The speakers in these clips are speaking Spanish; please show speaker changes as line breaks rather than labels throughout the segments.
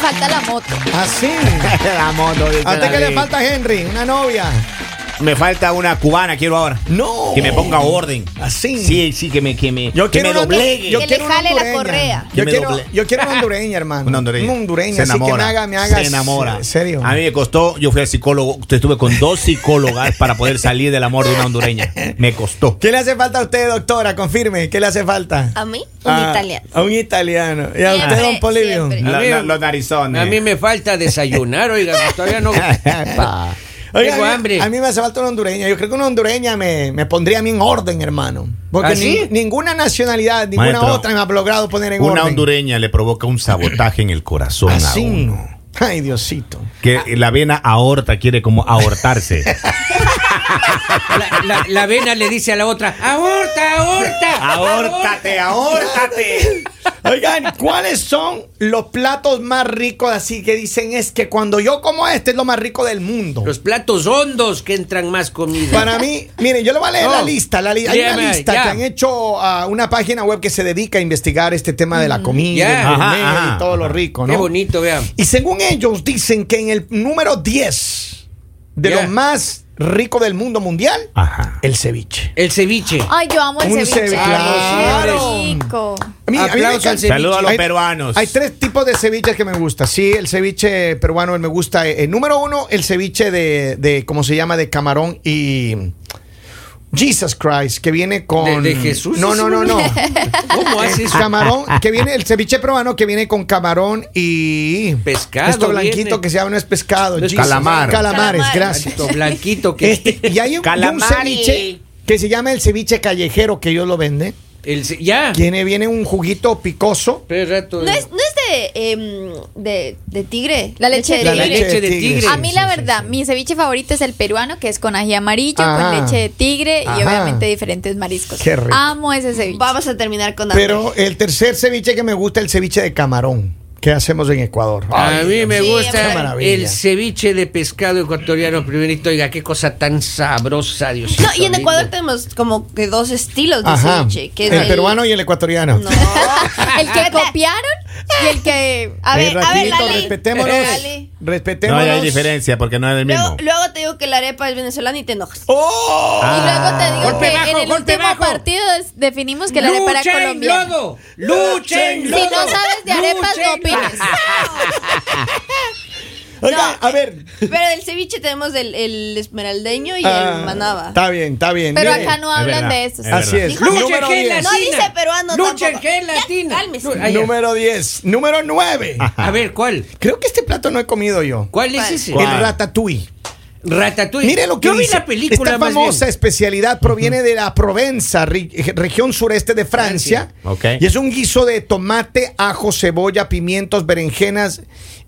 falta la moto.
Así.
la moto, dice
¿A usted qué
David.
le falta, Henry? Una novia.
Me falta una cubana, quiero ahora.
No.
Que me ponga orden.
Así.
Sí, sí, que me, que me,
Yo
que
quiero
me
una-
doblegue.
Yo
Que le
quiero una
jale la
hondureña.
correa.
Que
Yo
me
quiero,
doble.
yo quiero una hondureña, hermano.
Una hondureña.
Una hondureña.
Se
así
enamora.
que me haga, me haga.
Se enamora.
Serio.
A mí me costó, yo fui al psicólogo, estuve con dos psicólogas para poder salir del amor de una hondureña. Me costó.
¿Qué le hace falta a usted, doctora? Confirme. ¿Qué le hace falta?
A mí, un
Ah,
italiano.
A un italiano. ¿Y a
Siempre,
usted, don Polivio?
siempre.
Lo-
mí-
lo- los narizones.
A mí me falta desayunar, oiga, que todavía no.
Pa.
Oiga,
Tengo
a mí-
hambre.
A mí me hace falta una hondureña. Yo creo que una hondureña me, me pondría a mí en orden, hermano. Porque
¿Ah, sí?
ni- ninguna nacionalidad, ninguna
Maestro,
otra me ha logrado poner en orden.
Una hondureña le provoca un sabotaje en el corazón a
Así
uno.
no. Ay, Diosito.
Que la vena aorta quiere como ahortarse.
La, la- la vena le dice a la otra: ¡Aborta, aborta!
¡Ahórtate, ahórtate!
Oigan, ¿cuáles son los platos más ricos así que dicen es que cuando yo como este es lo más rico del mundo?
Los platos hondos que entran más comida.
Para mí, miren, yo le voy a leer
No.
la lista. la li- hay
Yeah,
una
man,
lista
yeah.
que han hecho a una página web que se dedica a investigar este tema de la comida,
Yeah.
el
Ajá,
gourmet
ajá.
y todo lo rico, ¿no?
Qué bonito, vean.
Y según ellos dicen que en el número 10 de
Yeah.
los más ricos del mundo mundial,
Ajá.
el ceviche.
El ceviche.
Ay, yo amo el
Un
ceviche.
ceviche,
claro.
Qué rico.
A mí- a mí me
Aplausos
encanta.
al ceviche.
Saludos a los
Hay-
peruanos.
Hay tres tipos de ceviches que me gusta. Sí, el ceviche peruano me gusta. eh, El número uno, el ceviche de, de ¿cómo se llama? De camarón y Jesus Christ, que viene con...
¿De- de Jesús?
No, no, no, no.
¿Cómo hace
El
eso?
camarón, que viene, el ceviche peruano que viene con camarón y...
Pescado
Esto blanquito
viene.
que se llama no es pescado.
No es
Jesus.
calamar.
Calamares,
Calamar.
gracias.
Esto blanquito que.
Este, y hay un, y un
Calamari.
ceviche que se llama el ceviche callejero que ellos lo venden.
el ce- ya.
Tiene, viene un juguito picoso.
Pero rato.
No es, no es de, em, de, de tigre, la leche de
La
tigre.
leche de tigre.
A mí la
sí, sí,
verdad,
sí.
mi ceviche favorito es el peruano, que es con ají amarillo,
Ajá.
con leche de tigre y
Ajá.
obviamente diferentes mariscos.
Qué rico.
Amo ese ceviche.
Vamos a terminar con hambre.
Pero el tercer ceviche que me gusta es el ceviche de camarón que hacemos en Ecuador.
A mí me
sí, qué
gusta
maravilla.
el ceviche de pescado ecuatoriano primerito. Oiga, qué cosa tan sabrosa, Dios
No, y en Ecuador tenemos como que dos estilos de
Ajá.
ceviche. Que es
el, peruano y el ecuatoriano.
No. Ah,
el que copiaron y el que...
A ver, a ver,
ratito,
Lali.
respetémonos.
Lali.
No
Respetémonos.
hay diferencia porque no es el mismo.
Luego, luego te digo que la arepa es venezolana y te enojas.
¡Oh!
Y luego te digo
Golpe
que
bajo,
en el
golpe
último
bajo.
partido des- definimos que la arepa era
¡Luchen
colombiana.
luego! ¡Luchen
Si
luego!
no sabes de arepas, no
Luchen
opines.
Oiga, a ver.
Pero del ceviche tenemos el, el esmeraldeño y
Ah,
el manaba.
Está bien, está bien.
Pero
Mire,
acá no
Es
hablan
verdad,
de eso.
es
Así
verdad.
es.
Luchen
Número
que
10.
latina.
No dice peruano
Luchen
tampoco.
que
Ya,
latina.
cálmese.
Lu- ay,
Número 10. Número 9.
A ver, ¿cuál?
Creo que este plato no he comido yo.
¿Cuál es
¿Cuál?
ese?
¿Cuál?
El ratatouille.
Ratatouille.
Mire lo que
Yo vi
dice.
la película
Esta
más
famosa
bien.
especialidad proviene de la Provenza, ri- eh, región sureste de Francia.
Francia. Ok.
Y es un guiso de tomate, ajo, cebolla, pimientos, berenjenas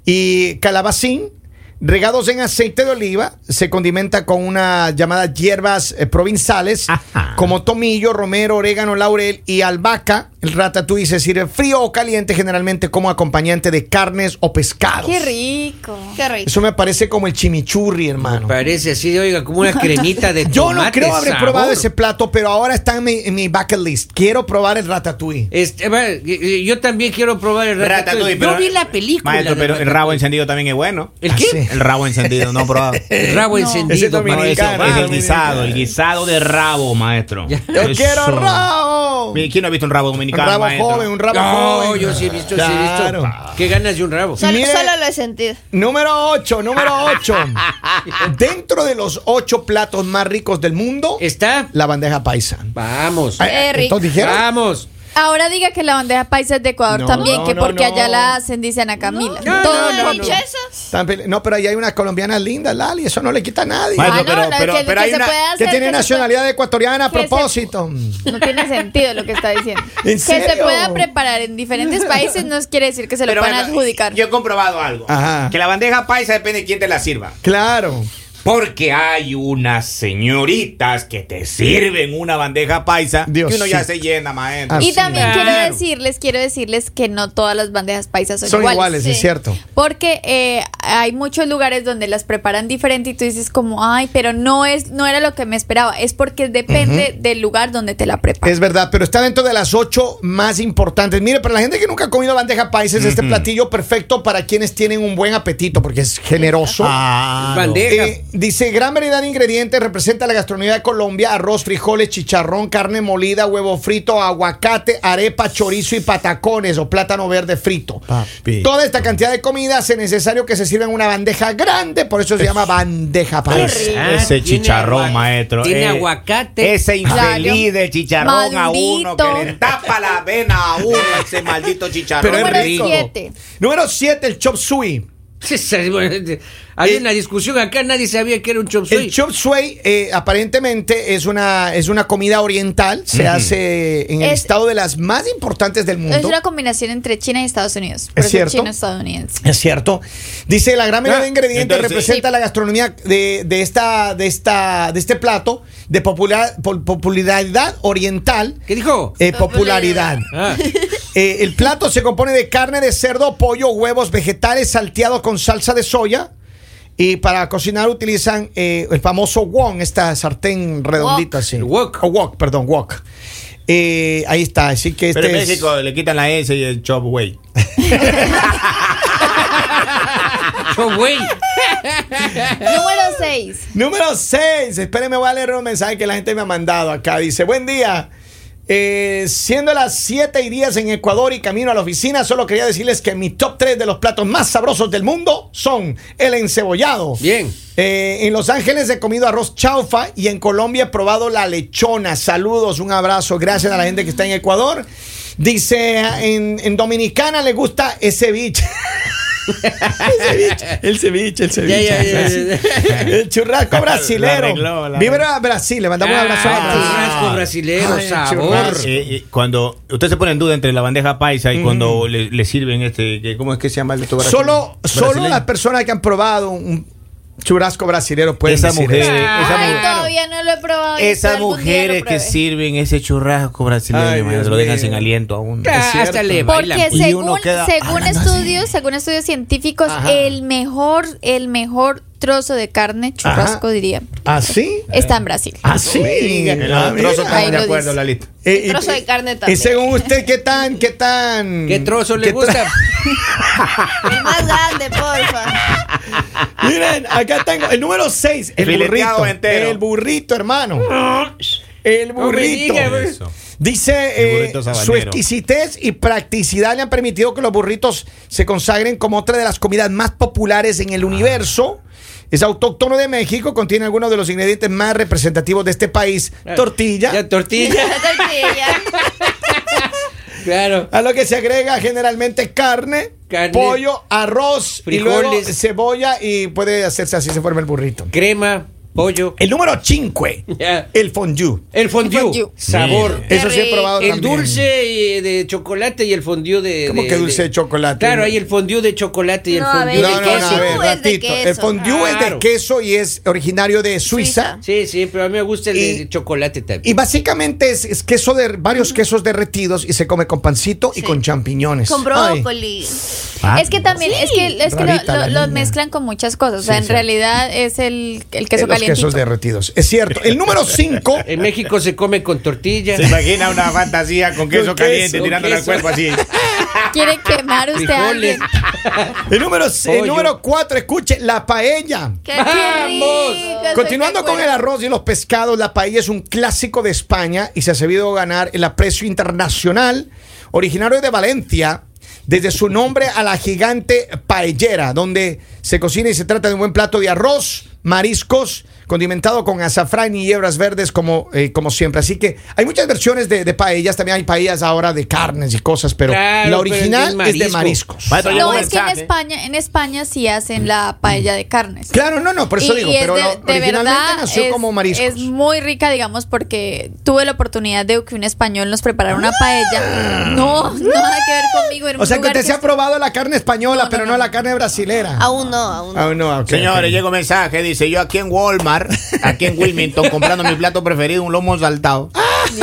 y calabacín. Regados en aceite de oliva, se condimenta con unas llamadas hierbas eh, provinciales
Ajá.
como tomillo, romero, orégano, laurel y albahaca. El ratatouille se sirve frío o caliente, generalmente como acompañante de carnes o pescados.
Qué rico.
Qué rico.
Eso me parece como el chimichurri, hermano.
Parece así, oiga, como una cremita de
Yo no
tomate,
creo haber
sabor.
probado ese plato, pero ahora está en mi, en mi bucket list. Quiero probar el ratatouille.
Este, va, eh, eh, yo también quiero probar el ratatouille.
Ratatouille, pero-
yo vi la película.
Maestro,
de
pero el
Ratatouille.
rabo encendido también es bueno.
¿El
Ah,
qué?
sí.
El rabo encendido, no probado.
El rabo encendido.
Ese dominicano,
maestro.
Eso, es el
dominicano.
guisado, el guisado de rabo, maestro.
Ya.
Yo
Eso.
quiero rabo.
Mire, ¿Quién no ha visto un rabo
Un
dominicano?
rabo
maestro?
joven, un rabo
No,
joven.
yo sí he visto,
Claro.
sí he visto. Qué ganas de un rabo.
Solo,
Mire.
solo lo he sentido.
Número 8, número 8. Dentro de los 8 platos más ricos del mundo,
¿Está?
la bandeja paisa.
Vamos.
Ay, ay,
rico.
¿entonces dijeron?
Vamos.
Ahora diga que la bandeja paisa es de Ecuador
No,
también,
no,
que
no,
porque
no.
allá la hacen, dice Ana Camila.
No,
Todo
¿No Ah,
el
he
mundo. Ah,
dicho eso?
Están pele- No, pero ahí hay unas colombianas lindas, Lali. Eso no le quita a nadie.
Maestro,
Ah, no,
pero,
no,
pero,
que-
pero
que
hay
se
una.
puede hacer.
Que
que
tiene
se
nacionalidad ecuatoriana a
que se-
propósito.
No tiene sentido lo que está diciendo.
¿En
Que se
serio?
pueda preparar en diferentes países no quiere decir que se lo
Pero
van a
bueno,
adjudicar.
Yo he comprobado algo.
Ajá.
Que la bandeja paisa depende de quién te la sirva.
Claro.
Porque hay unas señoritas que te sirven una bandeja paisa
Dios,
que uno ya
sí.
se llena, maestro.
Ah,
Y
sí.
también
Claro.
quiero decirles, quiero decirles que no todas las bandejas paisas son,
Son iguales,
sí.
es cierto.
Porque eh, hay muchos lugares donde las preparan diferente y tú dices como, ay, pero no es, no era lo que me esperaba. Es porque depende del lugar donde te la preparan.
Es verdad, pero está dentro de las ocho más importantes. Mire, para la gente que nunca ha comido bandeja paisa, es este platillo perfecto para quienes tienen un buen apetito, porque es generoso.
Ah,
Bandeja.
Eh, dice, gran variedad de ingredientes representa la gastronomía de Colombia, arroz, frijoles, chicharrón, carne molida, huevo frito, aguacate, arepa, chorizo y patacones o plátano verde frito.
Papi.
Toda esta cantidad de comida hace necesario que se sirva en una bandeja grande, por eso se llama bandeja paisa.
rico.
Ese
Tiene
chicharrón,
agua-
maestro. eh,
tiene aguacate.
Ese infeliz de chicharrón a uno
Maldito.
que le tapa la vena a uno, ese maldito chicharrón.
Pero es
Número
rico.
siete.
Número 7, el chop suey.
Había una discusión acá, nadie sabía que era un chop
eh, El
suey.
chop suey eh, aparentemente es una, es una comida oriental, se hace en el
Es-
estado de las más importantes del mundo.
Es una combinación entre China y Estados Unidos. Por
Es
eso
cierto.
chino-estadounidense.
Es cierto. Dice, la gran mayoría
Ah,
de ingredientes
entonces-
representa la gastronomía de, de esta, de, esta, de este plato de popular, pol- popularidad oriental.
¿Qué dijo?
eh, popularidad.
Ah.
Eh, el plato se compone de carne de cerdo, pollo, huevos, vegetales salteados con salsa de soya. Y para cocinar utilizan eh, el famoso wok, esta sartén redondita así.
El wok.
O wok, perdón, wok. Eh, ahí está, así que este
Pero en
es-
México le quitan la S y el chop, güey.
Chop güey.
Número 6.
Número 6. Espérenme, voy a leer un mensaje que la gente me ha mandado acá. Dice, buen día. Eh, siendo las 7 y 10 en Ecuador y camino a la oficina, solo quería decirles que mi top 3 de los platos más sabrosos del mundo son el encebollado.
Bien.
Eh, en Los Ángeles he comido arroz chaufa y en Colombia he probado la lechona. Saludos, un abrazo. Gracias a la gente que está en Ecuador. Dice, en, en Dominicana le gusta ese ceviche. el ceviche, el ceviche,
Ya,
el
ya,
ceviche.
ya, ya, ya.
El churrasco
La
brasilero.
arregló, la
Vibra a Brasil. Le mandamos un abrazo a
Ah,
Brasil.
churrasco brasilero,
Ay,
sabor.
churrasco.
Eh, eh, cuando usted se pone en duda entre la bandeja paisa y cuando le, le sirven este, que- ¿cómo es que se llama el otro brasile-
Solo, solo
brasileño?
las personas que han probado un churrasco brasilero pueden
Esa
decir
mujer,
eso.
esa
Ay,
mujer-
todavía no lo he probado. y
Esas
algún día lo
mujeres que
pruebe.
sirven ese churrasco
Ay,
brasileño,
Dios
maestro, lo dejan
mío.
sin aliento aún.
Ah, hasta le bailan.
Porque
Y
según,
uno
"Ah,
queda
según
hablando así.
estudios, según estudios científicos,
Ajá.
el mejor, el mejor trozo de carne, churrasco
Ajá. Ah,
diría,
¿Así?
está en Brasil.
Así.
El
Ah,
otro trozo
mira.
estamos
Ahí
de
lo
acuerdo,
dice.
Lalita.
Eh,
Un trozo
eh,
de carne
Y
también.
según usted, ¿qué tan, qué tan?
¿Qué trozo le
qué
gusta?
tra-
El más grande, porfa.
Miren, acá tengo el número 6, el
Fileteado
burrito.
entero.
El burrito, hermano. El
No me
burrito.
diga, pues. güey.
Eso. El
Dice, eh,
burrito sabanero.
su exquisitez y practicidad le han permitido que los burritos se consagren como otra de las comidas más populares en el
Ah.
universo. Es autóctono de México, contiene algunos de los ingredientes más representativos de este país.
Eh,
Tortilla.
Ah, Ya, tortilla.
La tortilla.
Claro.
A lo que se agrega generalmente carne,
Carne,
pollo, arroz, y luego
frijoles.
cebolla y puede hacerse así, se forma el burrito.
Crema, pollo.
El número 5,
Ya.
el fondue.
El fondue.
Fondue.
Sabor.
Qué
Eso sí he
rico.
probado
El
también.
dulce eh, de chocolate y el fondue de.
¿Cómo que dulce de chocolate?
Claro, hay el fondue de chocolate y el
No, a
fondue
ver,
de
No, no, no,
queso.
a ver,
es Pues, de
ratito.
queso.
El fondue es de
Claro.
queso y es originario de Suiza.
Suiza.
Sí, sí, pero a mí me gusta el
Y-
de chocolate también.
Y básicamente es, es queso de varios quesos derretidos y se come con pancito y
Sí.
con champiñones.
Con
Ay.
brócoli.
Ah,
Es que también, es que, es que lo-
Rarita la
lo, lo
niña.
mezclan con muchas cosas. O sea,
Sí,
en
sí.
realidad es el, el
Eh,
queso
los
caliente.
quesos derretidos. Es cierto. El número 5.
En México se come con tortilla.
Se imagina una fantasía con queso
Con
caliente
queso,
tirándole al
queso.
cuerpo así.
Quiere quemar usted a
frijoles.
alguien.
El número, c- el
Pollo.
número 4, escuche, la paella.
Qué
¡Vamos!
rico,
Estoy
Continuando
de
con el
acuerdo.
arroz y los pescados, la paella es un clásico de España y se ha sabido ganar el aprecio internacional. Originario de Valencia, desde su nombre a la gigante paellera, donde se cocina y se trata de un buen plato de arroz, mariscos, condimentado con azafrán y hebras verdes como, eh, como siempre. Así que hay muchas versiones de, de paellas, también hay paellas ahora de carnes y cosas, pero
Claro,
la
pero es de
original es de
marisco.
mariscos.
Maestro, llegó
No,
un
es que en
mensaje.
España, en España sí hacen la paella de carnes.
Claro, no, no, por eso
Y-
digo,
y es
pero
de,
la-
de
originalmente
verdad
nació
es,
como mariscos.
es muy rica, digamos, porque tuve la oportunidad de que un español nos preparara una paella. No, nada que ver conmigo. en
Ah. o
un
sea que
lugar
usted se ha probado la carne española, pero no, la carne brasilera.
Aún no, aún no.
Ah, no, ok,
Señores,
ok.
llega un mensaje, dice, yo aquí en Walmart, aquí en Wilmington, comprando mi plato preferido, un lomo saltado.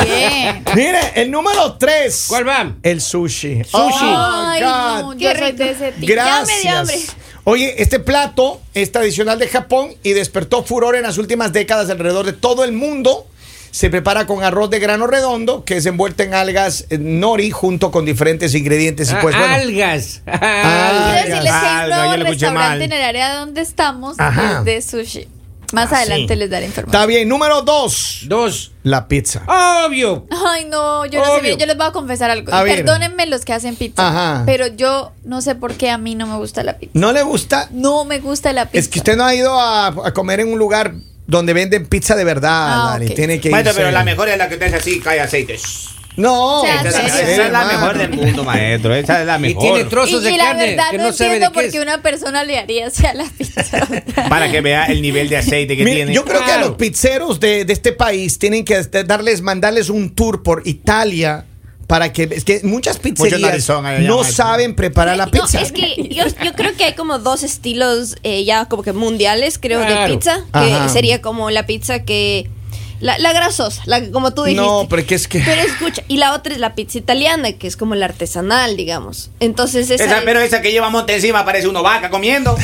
Bien.
Mire, el número 3.
¿Cuál va?
El sushi. Oh,
Sushi.
Ay,
God.
no, yo
Qué
soy
rico.
de ese tipo.
Gracias.
Ya me dio hambre.
Oye, este plato es tradicional de Japón y despertó furor en las últimas décadas alrededor de todo el mundo. Se prepara con arroz de grano redondo que es envuelto en algas eh, nori junto con diferentes ingredientes y
Ah,
pues bueno. Ah.
algas.
Quiero
Algas.
decirles que hay un
Alga,
nuevo
yo le escuché
restaurante
mal.
en el área donde estamos
Ajá. Ah,
es de sushi. Más adelante les daré información.
Está bien, número dos,
Dos.
la pizza.
Obvio.
Ay, no, yo no sé
Obvio.
bien, yo les voy a confesar algo.
A
Y
ver.
Perdónenme los que hacen pizza,
Ajá.
pero yo no sé por qué a mí no me gusta la pizza.
¿No le gusta?
No me gusta la pizza.
Es que usted no ha ido a, a comer en un lugar donde venden pizza de verdad,
Ah,
Lali.
ok.
Tiene que
Maestro,
irse.
pero la mejor es la que te hace así, cae aceite. Shh.
No,
O sea,
esa
¿en
es
serio?
la-
Esa es la
hermano.
mejor del mundo, maestro. Esa es la
Y
mejor.
tiene trozos
y,
de
y la
carne
verdad
que
no,
no, sabe de
entiendo
qué
por
es.
qué una persona le haría así a la pizza.
Para que vea el nivel de aceite que
Mira,
tiene.
Yo creo que a
Claro.
los pizzeros de, de este país tienen que este- darles, mandarles un tour por Italia para que, es que muchas pizzerías
narizón hay allá,
no
maestro.
saben preparar la
No,
pizza.
es que yo, yo creo que hay como dos estilos eh, ya como que mundiales, creo,
Claro.
de pizza. Que
Ajá.
sería como la pizza que... La, la grasosa, la que como tú
No,
dijiste.
pero que es que-
Pero escucha, y la otra es la pizza italiana, que es como la artesanal, digamos. Entonces esa...
Esa,
es-
pero esa que lleva monte encima parece uno vaca comiendo.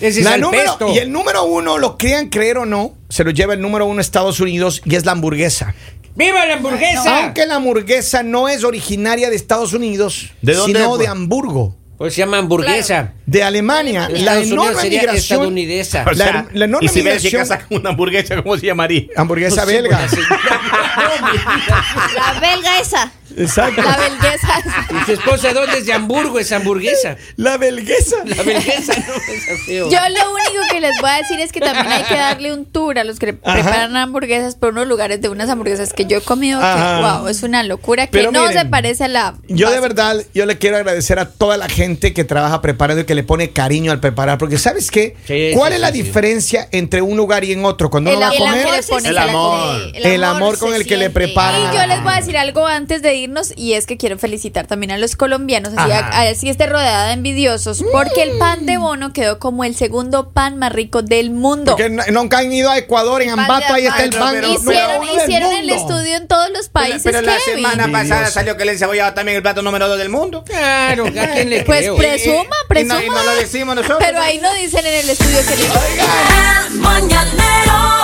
Ese es
La
el
número-
pesto.
y el número uno, lo crean creer o no, se lo lleva el número uno a Estados Unidos y es la hamburguesa.
¡Viva la hamburguesa!
Aunque la hamburguesa no es originaria de Estados Unidos,
¿De dónde
sino de
es, pues?
Hamburgo.
Pues se llama hamburguesa.
De Alemania, la
Estados Unidos
enorme
sería
migración
estadounidense.
La- la enorme
y si
migración-
Bélgica saca una hamburguesa, ¿cómo se llamaría?
hamburguesa
No sé,
belga.
pues, así.
La belga esa.
Exacto.
La belguesa.
¿Y su esposa dónde es de Hamburgo? Es hamburguesa.
La belguesa.
La belguesa no es feo.
Yo lo único que les voy a decir es que también hay que darle un tour a los que
Ajá.
preparan hamburguesas por unos lugares de unas hamburguesas que yo he comido
Ajá.
que wow, es una locura que
Pero
no
miren,
se parece a la
Yo de
base.
verdad, yo le quiero agradecer a toda la gente que trabaja preparando y que le pone cariño al preparar, porque ¿sabes qué?
Sí,
¿Cuál
sí,
es
sí,
la
sí.
diferencia entre un lugar y en otro? Cuando
El
uno va a
amor
comer,
que le pones
El
a la
amor.
comida.
El
el amor,
amor
con
se
el que le
siente.
preparan.
Y
a
yo
la-
les voy a decir algo antes de irnos y es que quiero felicitar también a los colombianos, así,
Ajá.
a- así esté rodeada de envidiosos, porque el pan de bono quedó como el segundo pan más rico del mundo.
Porque n- nunca han ido a Ecuador, en
El pan
Ambato,
de
ahí está el
Ambato,
pan.
pero-
número
hicieron
uno del
hicieron el
mundo.
estudio en todos los países.
pero la
Kevin.
semana pasada
Envidioso.
salió que le encebollaba también el plato número dos del mundo.
Claro, ¿a quién le
Pues
creo?
presuma,
Y no-
presuma.
y no lo decimos nosotros.
Pero ahí no dicen en el estudio que le
El mañanero